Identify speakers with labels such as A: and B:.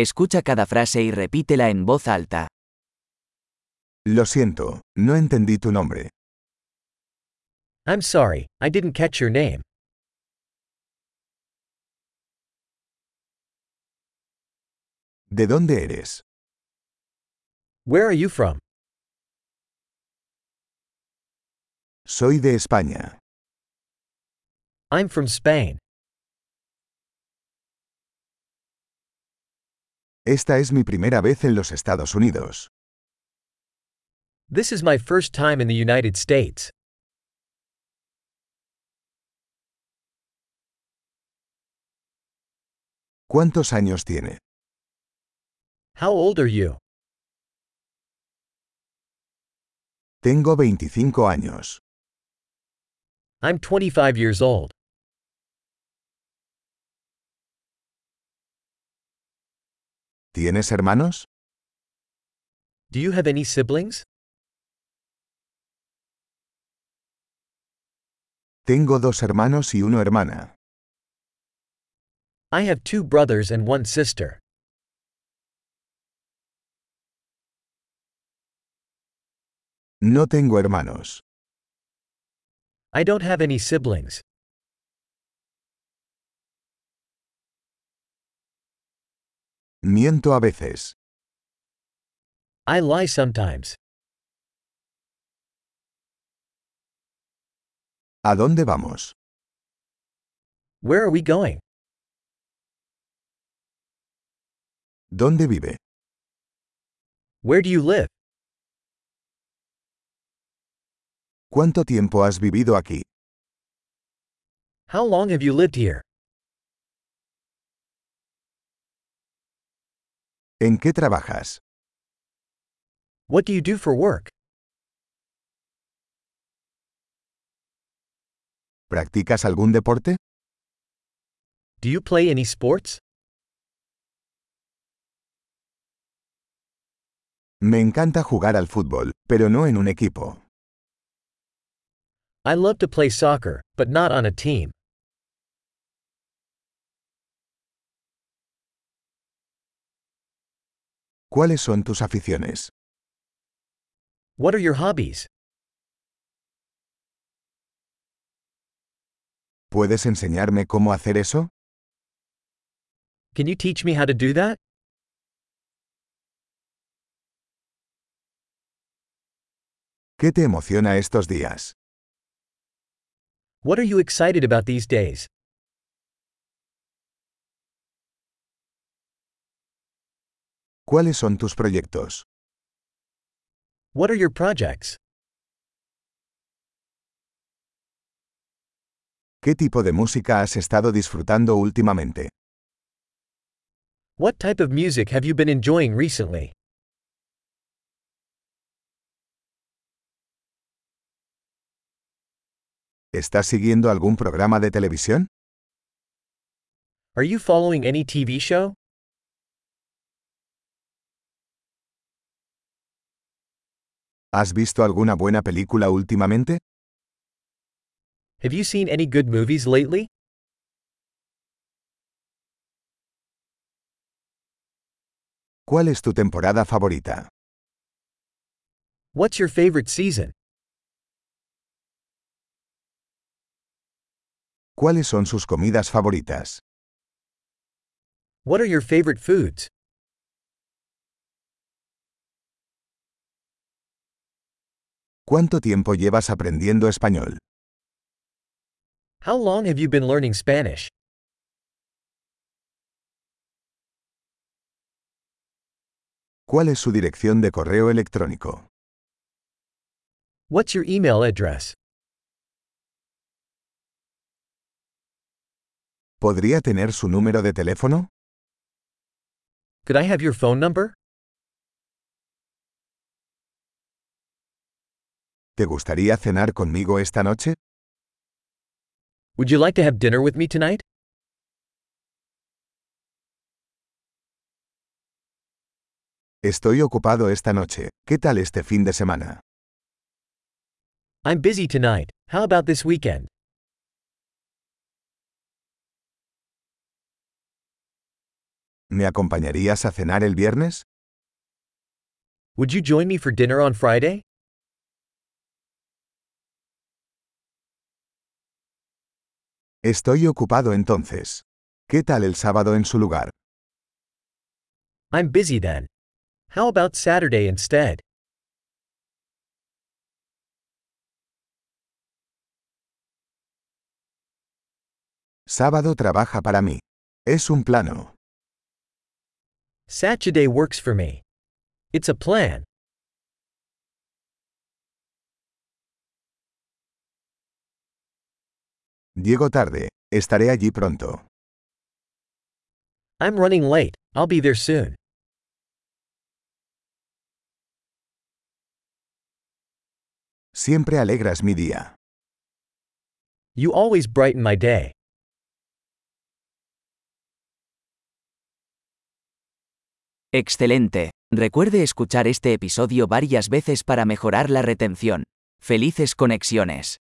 A: Escucha cada frase y repítela en voz alta.
B: Lo siento, no entendí tu nombre.
C: I'm sorry, I didn't catch your name.
B: ¿De dónde eres?
C: Where are you from?
B: Soy de España.
C: I'm from Spain.
B: Esta es mi primera vez en los Estados Unidos.
C: This is my first time in the United States.
B: ¿Cuántos años tiene?
C: How old are you?
B: Tengo 25 años.
C: I'm 25 years old.
B: ¿Tienes hermanos?
C: Do you have any siblings?
B: Tengo dos hermanos y una hermana.
C: I have two brothers and one sister.
B: No tengo hermanos.
C: I don't have any siblings.
B: Miento a veces.
C: I lie sometimes.
B: ¿A dónde vamos?
C: Where are we going?
B: ¿Dónde vive?
C: Where do you live?
B: ¿Cuánto tiempo has vivido aquí?
C: How long have you lived here?
B: ¿En qué trabajas?
C: What do you do for work?
B: ¿Practicas algún deporte?
C: Do you play any sports?
B: Me encanta jugar al fútbol, pero no en un equipo.
C: I love to play soccer, but not on a team.
B: ¿Cuáles son tus aficiones?
C: What are your hobbies?
B: ¿Puedes enseñarme cómo hacer eso?
C: Can you teach me how to do that?
B: ¿Qué te emociona estos días?
C: What are you excited about these days?
B: ¿Cuáles son tus proyectos?
C: What are your projects?
B: ¿Qué tipo de música has estado disfrutando últimamente?
C: What type of music have you been enjoying recently?
B: ¿Estás siguiendo algún programa de televisión?
C: Are you following any TV show?
B: ¿Has visto alguna buena película últimamente?
C: Have you seen any good movies lately?
B: ¿Cuál es tu temporada favorita?
C: What's your favorite season?
B: ¿Cuáles son sus comidas favoritas?
C: What are your favorite foods?
B: ¿Cuánto tiempo llevas aprendiendo español?
C: How long have you been learning Spanish?
B: ¿Cuál es su dirección de correo electrónico?
C: What's your email address?
B: ¿Podría tener su número de teléfono?
C: Could I have your phone number?
B: ¿Te gustaría cenar conmigo esta noche?
C: Would you like to have dinner with me tonight?
B: Estoy ocupado esta noche. ¿Qué tal este fin de semana?
C: I'm busy tonight. How about this weekend?
B: ¿Me acompañarías a cenar el viernes?
C: Would you join me for dinner on Friday?
B: Estoy ocupado entonces. ¿Qué tal el sábado en su lugar?
C: I'm busy then. How about Saturday instead?
B: Sábado trabaja para mí. Es un plano.
C: Saturday works for me. It's a plan.
B: Llego tarde. Estaré allí pronto.
C: I'm running late. I'll be there soon.
B: Siempre alegras mi día.
C: You always brighten my day.
A: Excelente. Recuerde escuchar este episodio varias veces para mejorar la retención. Felices conexiones.